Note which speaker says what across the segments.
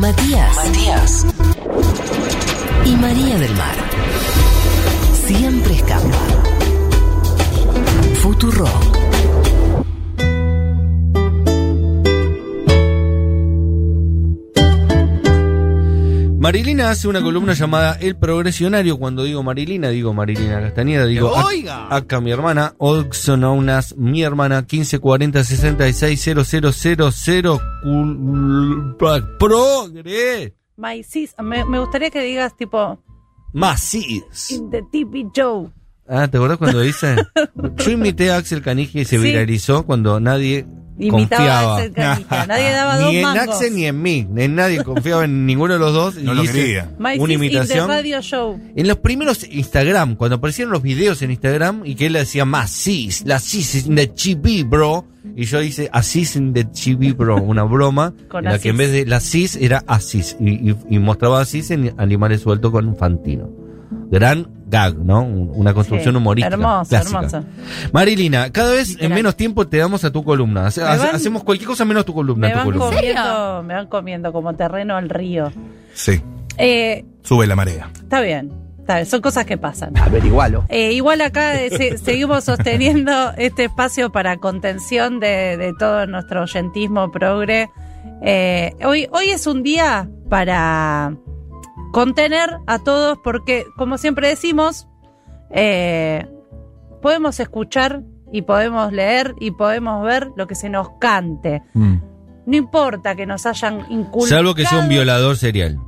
Speaker 1: Matías. Matías. Y María del Mar. Siempre escapa. Futuro.
Speaker 2: Marilina hace una columna llamada El Progresionario. Cuando digo Marilina, digo Marilina Castañeda, digo Ac-
Speaker 3: oiga.
Speaker 2: Acá mi hermana, also known as mi hermana, 1540 66 000 cul- pa- Progre
Speaker 4: My sis. Me, me gustaría que digas tipo
Speaker 2: Macis.
Speaker 4: in The TV Joe.
Speaker 2: Ah, ¿te acordás cuando dice? Yo imité a Axel Caniggia y se
Speaker 4: Sí.
Speaker 2: viralizó cuando nadie
Speaker 4: Imitaba
Speaker 2: confiaba. Ah.
Speaker 4: a Axel Caniggia. Nadie daba dos
Speaker 2: ni en
Speaker 4: mangos.
Speaker 2: Axel ni en mí, en nadie confiaba en ninguno de los dos. y
Speaker 3: No lo
Speaker 2: hice
Speaker 3: quería.
Speaker 4: My
Speaker 2: Una
Speaker 4: sis in
Speaker 2: imitación.
Speaker 4: the radio show.
Speaker 2: En los primeros Instagram, cuando aparecieron los videos en Instagram y que él decía más sis, la sis in the chibi, bro. Y yo hice asis in the chibi, bro, una broma.
Speaker 4: Con
Speaker 2: en la que en
Speaker 4: Aziz.
Speaker 2: vez de la sis era asis. Y, y- y mostraba asis en animales sueltos con un fantino. Gran gag, ¿no? Un- Una construcción
Speaker 4: Sí,
Speaker 2: humorística.
Speaker 4: Hermoso,
Speaker 2: clásica.
Speaker 4: hermoso.
Speaker 2: Marilina, cada vez en
Speaker 4: Literal.
Speaker 2: menos tiempo te damos a tu columna. Hace-
Speaker 4: Me
Speaker 2: hace-
Speaker 4: van-
Speaker 2: hacemos cualquier cosa menos tu columna.
Speaker 4: Me
Speaker 2: tu
Speaker 4: van,
Speaker 2: columna.
Speaker 4: comiendo, me van comiendo como terreno al río.
Speaker 3: Sí,
Speaker 4: Eh,
Speaker 3: sube la marea.
Speaker 4: está bien. Está bien. Son cosas que pasan. Eh, igual acá eh, se- seguimos sosteniendo este espacio para contención de, de todo nuestro oyentismo progre. Eh, hoy, hoy es un día para contener a todos porque, como siempre decimos, eh, podemos escuchar y podemos leer y podemos ver lo que se nos cante. No importa que nos hayan inculcado.
Speaker 2: Salvo que sea un violador serial.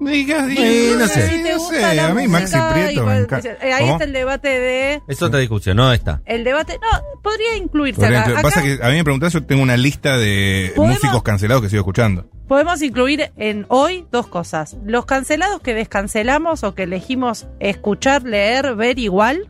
Speaker 3: Digas,
Speaker 2: Eh, no sé.
Speaker 4: Si te gusta la
Speaker 3: a mí Maxi
Speaker 4: música
Speaker 3: Prieto
Speaker 4: y
Speaker 3: me
Speaker 4: cual-
Speaker 3: encanta.
Speaker 4: eh, ahí
Speaker 3: ¿Cómo?
Speaker 4: está el debate de...
Speaker 2: Es otra discusión, no está.
Speaker 4: El debate, no, podría incluirse
Speaker 3: Porque
Speaker 4: acá. Acá
Speaker 3: Pasa que a mí me preguntás, yo tengo una lista de
Speaker 4: ¿Podemos?
Speaker 3: músicos cancelados que sigo escuchando.
Speaker 4: Podemos incluir en hoy dos cosas. Los cancelados que descancelamos o que elegimos escuchar, leer, ver igual,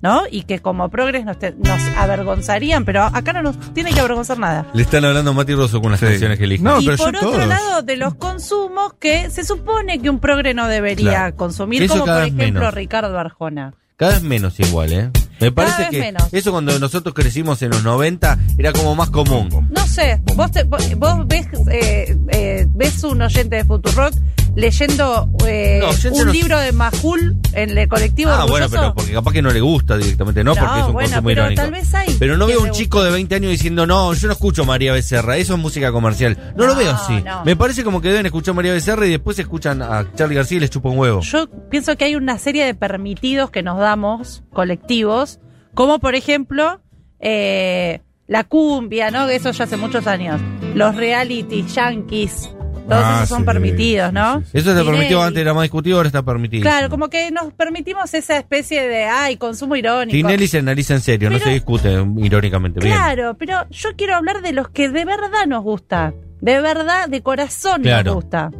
Speaker 4: ¿no? Y que como progres nos, te- nos avergonzarían, pero acá no nos tiene que avergonzar nada.
Speaker 2: Le están hablando a Mati Rosso con las
Speaker 3: Sí.
Speaker 2: canciones que elige.
Speaker 3: No,
Speaker 4: y
Speaker 3: pero
Speaker 4: por
Speaker 3: yo
Speaker 4: otro
Speaker 3: todos.
Speaker 4: lado, de los consumos que se supone que un progre no debería
Speaker 2: Claro.
Speaker 4: consumir,
Speaker 2: Eso
Speaker 4: como por
Speaker 2: cada vez
Speaker 4: ejemplo
Speaker 2: menos.
Speaker 4: Ricardo Arjona.
Speaker 2: Cada vez menos igual, ¿eh? Me parece
Speaker 4: vez
Speaker 2: que
Speaker 4: menos.
Speaker 2: eso cuando nosotros crecimos en los 90 era como más común.
Speaker 4: No sé, vos, te- vos- vos ves, eh, eh, ves un oyente de Futurock leyendo eh,
Speaker 2: No, oyente
Speaker 4: un
Speaker 2: no-
Speaker 4: libro de Majul en el colectivo
Speaker 2: Ah, bueno,
Speaker 4: orgulloso.
Speaker 2: pero porque capaz que no le gusta directamente, ¿no? porque es un
Speaker 4: bueno,
Speaker 2: consumo
Speaker 4: pero
Speaker 2: irónico.
Speaker 4: tal vez hay.
Speaker 2: Pero no
Speaker 4: quien
Speaker 2: veo un
Speaker 4: le guste.
Speaker 2: chico de 20 años diciendo, no, yo no escucho María Becerra, eso es música comercial. No, lo
Speaker 4: No,
Speaker 2: veo así.
Speaker 4: no.
Speaker 2: Me parece como que deben escuchar María Becerra y después escuchan a Charlie García y les chupa un huevo.
Speaker 4: Yo pienso que hay una serie de permitidos que nos damos colectivos, como por ejemplo eh, la cumbia, ¿no? Que Eso ya hace muchos años. Los reality yankees, todos
Speaker 3: Ah,
Speaker 4: esos son
Speaker 3: sí,
Speaker 4: permitidos,
Speaker 3: sí,
Speaker 4: ¿no?
Speaker 3: sí, sí.
Speaker 2: Eso se
Speaker 4: Tinelli.
Speaker 2: permitió antes, era más discutido, ahora está permitido.
Speaker 4: Claro, como que nos permitimos esa especie de, ay, consumo irónico.
Speaker 2: Tinelli se analiza en serio, no
Speaker 4: Pero-
Speaker 2: se discute irónicamente. Bien.
Speaker 4: Claro, pero yo quiero hablar de los que de verdad nos gusta. De verdad, de corazón
Speaker 2: Claro.
Speaker 4: nos gusta.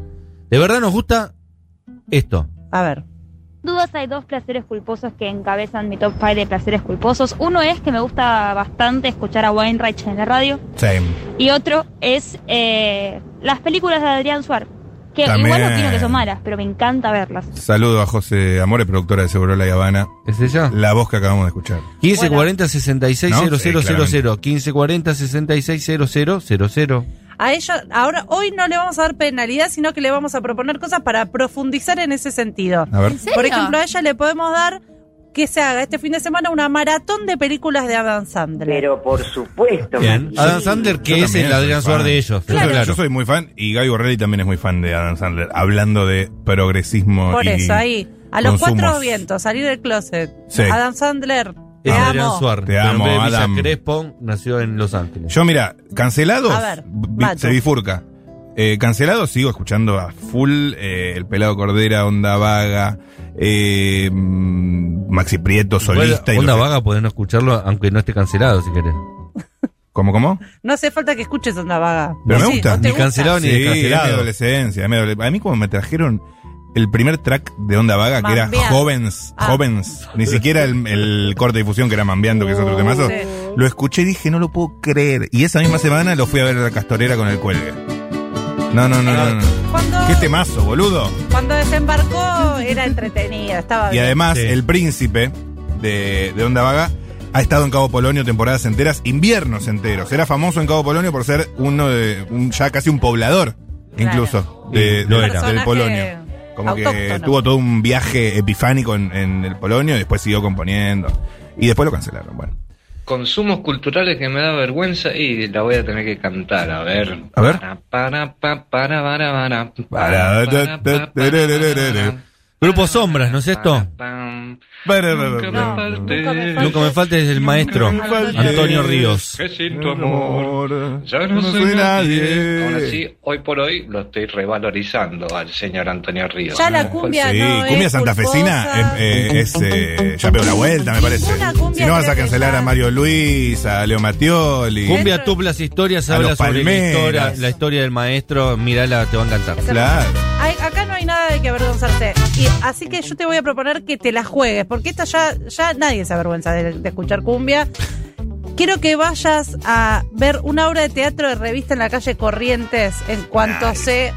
Speaker 2: De verdad nos gusta esto.
Speaker 4: A ver.
Speaker 5: dudas hay dos placeres culposos que encabezan mi top 5 de placeres culposos. Uno es que me gusta bastante escuchar a Wainwright en la radio
Speaker 3: Same.
Speaker 5: y otro es eh, las películas de Adrián Suárez. Que
Speaker 3: También.
Speaker 5: igual opino que son malas, pero me encanta verlas.
Speaker 3: Saludo a José Amores, productora de Seguro La Habana.
Speaker 2: ¿Es ella?
Speaker 3: La voz que acabamos de escuchar.
Speaker 2: 1540 66
Speaker 3: ¿No?
Speaker 2: 000
Speaker 3: Sí, claramente.
Speaker 2: 1540 66 000
Speaker 4: A ella, ahora, hoy no le vamos a dar penalidad, sino que le vamos a proponer cosas para profundizar en ese sentido.
Speaker 3: A ver.
Speaker 4: Por ejemplo, a ella le podemos dar que se haga este fin de semana una maratón de películas de Adam Sandler.
Speaker 6: Pero por supuesto.
Speaker 2: Bien.
Speaker 6: Martín.
Speaker 2: Adam Sandler, que es
Speaker 3: Yo también
Speaker 2: el
Speaker 3: soy
Speaker 2: Adrián
Speaker 3: fan.
Speaker 2: Suárez de ellos.
Speaker 3: Yo, soy, yo soy muy fan y Gaby Borrelli también es muy fan de Adam Sandler, hablando de progresismo.
Speaker 4: Por
Speaker 3: y-
Speaker 4: eso, ahí. A los
Speaker 3: consumos.
Speaker 4: cuatro vientos, salir del closet.
Speaker 3: Sí.
Speaker 4: Adam Sandler, te
Speaker 2: Es Adrián
Speaker 4: amo.
Speaker 2: Suárez.
Speaker 3: Te
Speaker 2: Pero en
Speaker 3: amo,
Speaker 2: vez de Villa
Speaker 3: Adam.
Speaker 2: Crespo nació en Los Ángeles.
Speaker 3: Yo, mira, cancelados.
Speaker 4: A ver,
Speaker 3: vi-
Speaker 4: Mato.
Speaker 3: se bifurca. Eh, cancelados, sigo escuchando a full eh, El Pelado Cordera, Onda Vaga, eh, mm, Maxi Prieto, solista. y
Speaker 2: Onda
Speaker 3: los-
Speaker 2: vaga, podés no escucharlo aunque no esté cancelado, si querés.
Speaker 3: ¿Cómo, cómo?
Speaker 4: No hace falta que escuches Onda Vaga.
Speaker 3: Pero me
Speaker 4: Sí,
Speaker 3: gusta.
Speaker 4: ¿no te
Speaker 2: Ni cancelado ni
Speaker 3: Sí, es mi
Speaker 2: descancelado.
Speaker 3: adolescencia. es mi adole- A mí cuando me trajeron el primer track de Onda Vaga, que era
Speaker 4: Mambear.
Speaker 3: Jóvenes,
Speaker 4: Ah.
Speaker 3: Jóvenes, ni siquiera el, el corte de difusión que era Mambeando, que es otro temazo,
Speaker 4: Uh. Sí.
Speaker 3: lo escuché y dije, no lo puedo creer. Y esa misma semana lo fui a ver a la Castorera con el cuelgue. No, no, no, no, no.
Speaker 4: Cuando,
Speaker 3: Qué temazo, boludo.
Speaker 4: cuando desembarcó era entretenido, estaba
Speaker 3: Y
Speaker 4: bien.
Speaker 3: además,
Speaker 2: Sí.
Speaker 3: el príncipe de, de Onda Vaga ha estado en Cabo Polonio temporadas enteras, inviernos enteros. Era famoso en Cabo Polonio por ser uno de, un- ya casi un poblador. incluso, de,
Speaker 2: Sí, lo
Speaker 3: de-
Speaker 2: era.
Speaker 3: del
Speaker 4: Personaje
Speaker 3: Polonio. Como que
Speaker 4: autóctono.
Speaker 3: tuvo todo un viaje epifánico en, en el Polonio y después siguió componiendo. Y después lo cancelaron. Bueno,
Speaker 6: Consumos culturales que me da vergüenza y la voy a tener que cantar, a ver.
Speaker 3: a ver.
Speaker 6: Para, para, pa, para, para, para,
Speaker 3: Para,
Speaker 6: para,
Speaker 3: ta, ta,
Speaker 6: para, para,
Speaker 3: tarararara.
Speaker 2: Grupo Sombras, ¿no es esto?
Speaker 6: pam.
Speaker 4: No, nunca me faltes.
Speaker 2: Nunca me falta es el maestro
Speaker 4: Nunca me faltes.
Speaker 2: Antonio Ríos.
Speaker 6: Que sin tu amor ya no, soy, nadie. Aún así, hoy por hoy lo estoy revalorizando al señor Antonio Ríos.
Speaker 4: Ya la cumbia
Speaker 3: Sí,
Speaker 4: no
Speaker 3: cumbia
Speaker 4: es
Speaker 3: santafesina
Speaker 4: culposa.
Speaker 3: eh, eh, es, eh, ya pegó la vuelta, me parece.
Speaker 4: Ninguna cumbia
Speaker 3: Si no vas a
Speaker 4: creo que
Speaker 3: cancelar
Speaker 4: sea.
Speaker 3: a Mario Luis, a Leo Mattioli.
Speaker 2: Cumbia Tup, las historias,
Speaker 3: A
Speaker 2: habla
Speaker 3: los
Speaker 2: sobre la
Speaker 3: Palmeras.
Speaker 2: historia, la historia del maestro. Mirala, te va a encantar.
Speaker 3: Claro.
Speaker 4: Ay, acá no hay nada de que avergonzarse. Y, así que yo te voy a proponer que te la juegues, porque esta ya, ya nadie se avergüenza de, de escuchar cumbia. Quiero que vayas a ver una obra de teatro de revista en la calle Corrientes en cuanto se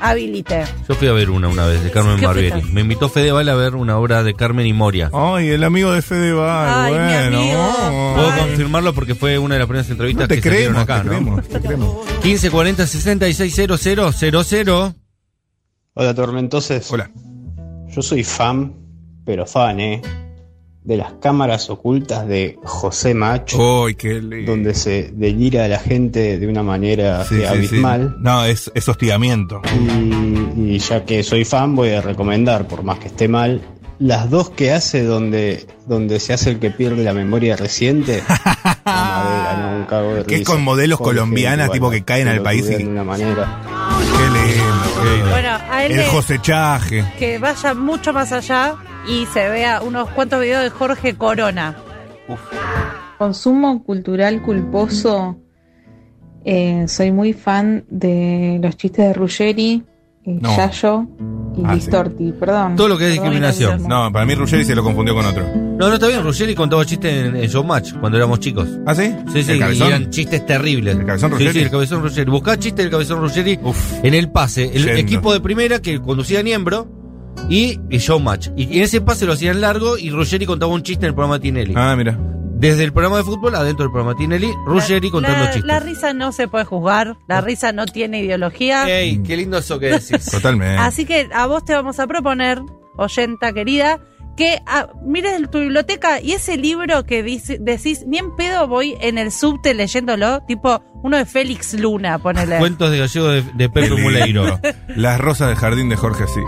Speaker 4: habilite.
Speaker 2: Yo fui a ver una una vez de Carmen
Speaker 4: ¿Qué fuiste?
Speaker 2: Barbieri. Me invitó Fedeval a ver una obra de Carmen y Moria.
Speaker 3: Ay, el amigo de Fedeval,
Speaker 4: Ay, mi
Speaker 3: bueno.
Speaker 4: amigo.
Speaker 2: Puedo
Speaker 4: Ay.
Speaker 2: confirmarlo porque fue una de las primeras entrevistas
Speaker 3: No te
Speaker 2: que se dieron
Speaker 3: creemos,
Speaker 2: acá,
Speaker 3: te
Speaker 2: ¿no?
Speaker 3: creemos, te creemos.
Speaker 2: 1540 660000.
Speaker 7: Hola Tormentoses,
Speaker 3: Hola.
Speaker 7: yo soy fan, pero fan, ¿eh? De las cámaras ocultas de José Macho,
Speaker 3: Ay, qué lindo.
Speaker 7: donde se delira a la gente de una manera
Speaker 3: Sí, sí, sí.
Speaker 7: eh, abismal.
Speaker 3: No, es, es hostigamiento.
Speaker 7: Y, y ya que soy fan, voy a recomendar, por más que esté mal, las dos que hace donde, donde se hace el que pierde la memoria reciente. La madera, ¿no? Un cago de
Speaker 3: Que es
Speaker 7: risa.
Speaker 3: con modelos
Speaker 7: Pobre
Speaker 3: colombianas,
Speaker 7: gente,
Speaker 3: tipo,
Speaker 7: bueno,
Speaker 3: que caen al país y-
Speaker 7: pelotudean de una manera.
Speaker 3: Qué lindo, qué lindo.
Speaker 4: Bueno, a él
Speaker 3: El
Speaker 4: le-
Speaker 3: josechaje.
Speaker 4: que vaya mucho más allá y se vea unos cuantos videos de Jorge Corona.
Speaker 8: Consumo cultural culposo. eh, soy muy fan de los chistes de Ruggeri, eh,
Speaker 3: No.
Speaker 8: Yayo y
Speaker 3: Ah, sí.
Speaker 8: Listorti. Perdón.
Speaker 2: Todo lo que es
Speaker 8: Perdón,
Speaker 2: discriminación.
Speaker 8: Guillermo.
Speaker 3: No, para mí Ruggeri se lo confundió con otro.
Speaker 2: No, no está bien. Ruggeri contaba chistes en, en Showmatch cuando éramos chicos.
Speaker 3: ¿Ah, sí?
Speaker 2: Sí, sí,
Speaker 3: ¿El
Speaker 2: y
Speaker 3: cabezón?
Speaker 2: eran chistes terribles.
Speaker 3: ¿El cabezón
Speaker 2: Sí,
Speaker 3: Ruggeri?
Speaker 2: sí, el cabezón Ruggeri. Buscá chistes del cabezón Ruggeri
Speaker 3: Uf.
Speaker 2: en el pase. El
Speaker 3: Yendo.
Speaker 2: equipo de primera que conducía Niembro y, y Showmatch. Y en ese pase lo hacían largo y Ruggeri contaba un chiste en el programa Tinelli.
Speaker 3: Ah, mira.
Speaker 2: Desde el programa de fútbol adentro del programa Tinelli, Ruggeri
Speaker 4: La-
Speaker 2: contando
Speaker 4: la,
Speaker 2: chistes.
Speaker 4: la risa no se puede juzgar, la risa no tiene ideología.
Speaker 2: Ey, qué lindo eso que decís.
Speaker 3: Totalmente.
Speaker 4: Así que a vos te vamos a proponer, oyenta querida, que ah, mires en tu biblioteca y ese libro que dice- decís, ni en pedo voy en el subte leyéndolo, tipo uno de Félix Luna, ponele. Bueno,
Speaker 2: Cuentos de gallego de, de
Speaker 3: Qué
Speaker 2: Pepe
Speaker 3: lindo.
Speaker 2: Muleiro.
Speaker 3: Las rosas del jardín de Jorge Asís.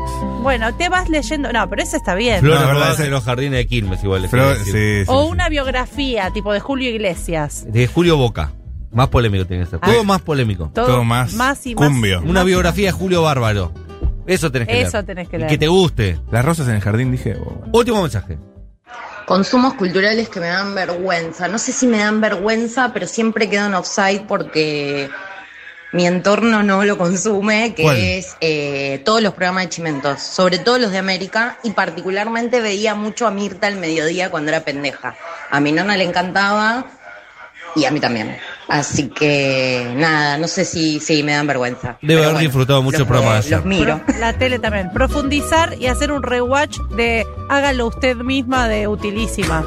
Speaker 4: te vas leyendo, no, pero ese está bien.
Speaker 3: Flor-
Speaker 2: Flores
Speaker 3: No, la verdad
Speaker 2: robadas
Speaker 3: es-
Speaker 2: en los jardines de Quilmes, igual. les
Speaker 3: Pero,
Speaker 2: quiero
Speaker 3: sí,
Speaker 2: decir.
Speaker 3: sí,
Speaker 4: o
Speaker 3: sí.
Speaker 4: una biografía, tipo de Julio Iglesias.
Speaker 2: De Julio Boca. Más polémico tiene que ser.
Speaker 4: Ah.
Speaker 2: Todo más polémico.
Speaker 4: Todo,
Speaker 3: Todo más
Speaker 4: y más.
Speaker 3: cumbio.
Speaker 2: Una biografía de Julio Bárbaro. Eso tenés que leer.
Speaker 4: Eso tenés que
Speaker 2: Y
Speaker 4: leer.
Speaker 2: que te guste.
Speaker 3: Las rosas en el jardín, dije. oh.
Speaker 2: Último mensaje.
Speaker 9: Consumos culturales que me dan vergüenza. No sé si me dan vergüenza, pero siempre quedo en offside porque mi entorno no lo consume, que
Speaker 3: ¿Cuál?
Speaker 9: es eh, todos los programas de Chimentos, sobre todo los de América, y particularmente veía mucho a Mirta al mediodía cuando era pendeja. A mi nona le encantaba y a mí también. Así que nada, no sé si, si me dan vergüenza.
Speaker 2: Debe
Speaker 9: Pero
Speaker 2: haber disfrutado mucho
Speaker 9: los,
Speaker 2: el programa de
Speaker 9: eh,
Speaker 2: ayer.
Speaker 9: Los miro.
Speaker 4: Pro- La tele también. Profundizar y hacer un rewatch de hágalo usted misma de utilísima.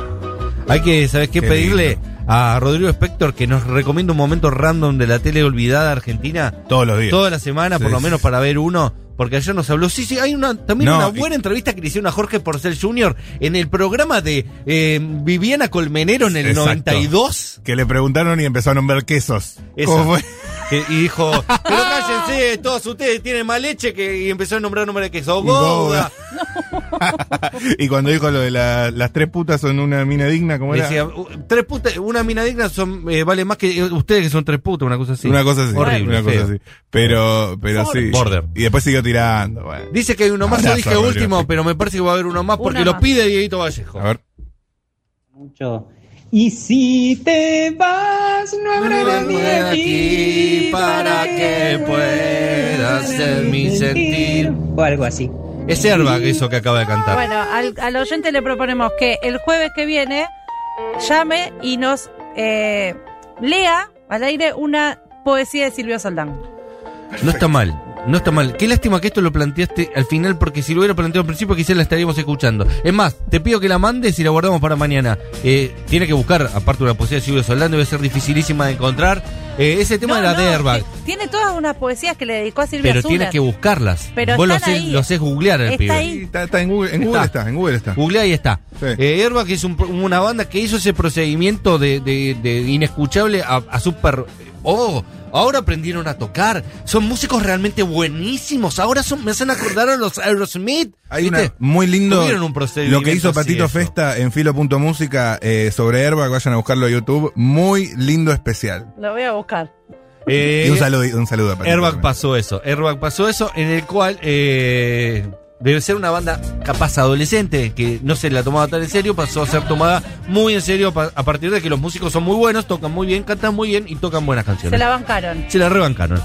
Speaker 2: Hay que, ¿sabes qué?
Speaker 3: Qué
Speaker 2: Pedirle a Rodrigo Spector que nos recomienda un momento random de la tele olvidada argentina.
Speaker 3: Todos los días.
Speaker 2: Toda la semana,
Speaker 3: Sí,
Speaker 2: por lo
Speaker 3: sí,
Speaker 2: menos,
Speaker 3: sí.
Speaker 2: para ver uno. Porque ayer nos habló. Sí, sí, hay una, también
Speaker 3: No,
Speaker 2: una
Speaker 3: y-
Speaker 2: buena entrevista que le hicieron a Jorge Porcel Jr. en el programa de eh, Viviana Colmenero en el
Speaker 3: Exacto.
Speaker 2: 92.
Speaker 3: Que le preguntaron y empezó a nombrar quesos.
Speaker 2: Esa.
Speaker 3: ¿Cómo fue?
Speaker 2: Que- y dijo, pero cállense, todos ustedes tienen más leche que y empezó a nombrar nombres que son
Speaker 3: Gouda. y cuando dijo lo de la- las tres putas son una mina digna, ¿cómo era?
Speaker 2: Decía, "U- tres putas, una mina digna son, eh, vale más que eh, ustedes que son tres putas, una cosa así.
Speaker 3: Una cosa así.
Speaker 2: Horrible.
Speaker 3: Una cosa
Speaker 2: feo.
Speaker 3: así. Pero, pero sí.
Speaker 2: Border.
Speaker 3: Y después siguió tirando. bueno.
Speaker 2: Dice que hay uno más, yo
Speaker 3: Abrazo,
Speaker 2: dije
Speaker 3: Rodrigo.
Speaker 2: último, pero me parece que va a haber uno más porque
Speaker 4: Una
Speaker 2: lo
Speaker 4: más.
Speaker 2: pide Dieguito Vallejo.
Speaker 3: A ver.
Speaker 10: mucho. Y si te vas, no habrá nadie aquí para que pueda ser mi sentir. O algo así.
Speaker 2: Es Airbag eso que acaba de cantar.
Speaker 4: Bueno, al, al oyente le proponemos que el jueves que viene llame y nos eh, lea al aire una poesía de Silvio Soldán.
Speaker 2: No está mal. No está mal. Qué lástima que esto lo planteaste al final, porque si lo hubiera planteado al principio, quizás la estaríamos escuchando. Es más, te pido que la mandes y la guardamos para mañana. Eh, tiene que buscar, aparte de una poesía de Silvio Soldán, debe ser dificilísima de encontrar. Eh, ese tema
Speaker 4: No,
Speaker 2: era
Speaker 4: no,
Speaker 2: de airbag.
Speaker 4: que- Tiene todas unas poesías que le dedicó a Silvia
Speaker 2: Pero tienes
Speaker 4: Zuller.
Speaker 2: que buscarlas.
Speaker 4: Pero
Speaker 2: Vos lo
Speaker 4: están
Speaker 2: haces,
Speaker 4: ahí.
Speaker 2: lo haces googlear al
Speaker 4: Está
Speaker 2: pibe.
Speaker 4: ahí.
Speaker 3: Está, está en Google, en Google está. en Google está.
Speaker 2: Googlea y está.
Speaker 3: Sí.
Speaker 2: Eh, Airbag es un pro- una banda que hizo ese procedimiento de, de- de inescuchable a, a super. Oh, ahora aprendieron a tocar. Son músicos realmente buenísimos. Ahora son, me hacen acordar a los Aerosmith.
Speaker 3: Hay
Speaker 2: ¿viste?
Speaker 3: una muy lindo
Speaker 2: Tuvieron un procedimiento
Speaker 3: lo que hizo
Speaker 2: así,
Speaker 3: Patito
Speaker 2: eso.
Speaker 3: Festa en filo.música eh, sobre Airbag, vayan a buscarlo a YouTube, muy lindo especial.
Speaker 4: Lo voy a buscar.
Speaker 2: Eh,
Speaker 3: y un saludo, un saludo a Patito.
Speaker 2: Airbag
Speaker 3: también.
Speaker 2: pasó eso. Airbag pasó eso, en el cual eh, debe ser una banda capaz adolescente, que no se la tomaba tan en serio, pasó a ser tomada muy en serio pa- a partir de que los músicos son muy buenos, tocan muy bien, cantan muy bien y tocan buenas
Speaker 4: Se
Speaker 2: canciones.
Speaker 4: la bancaron.
Speaker 2: Se la rebancaron.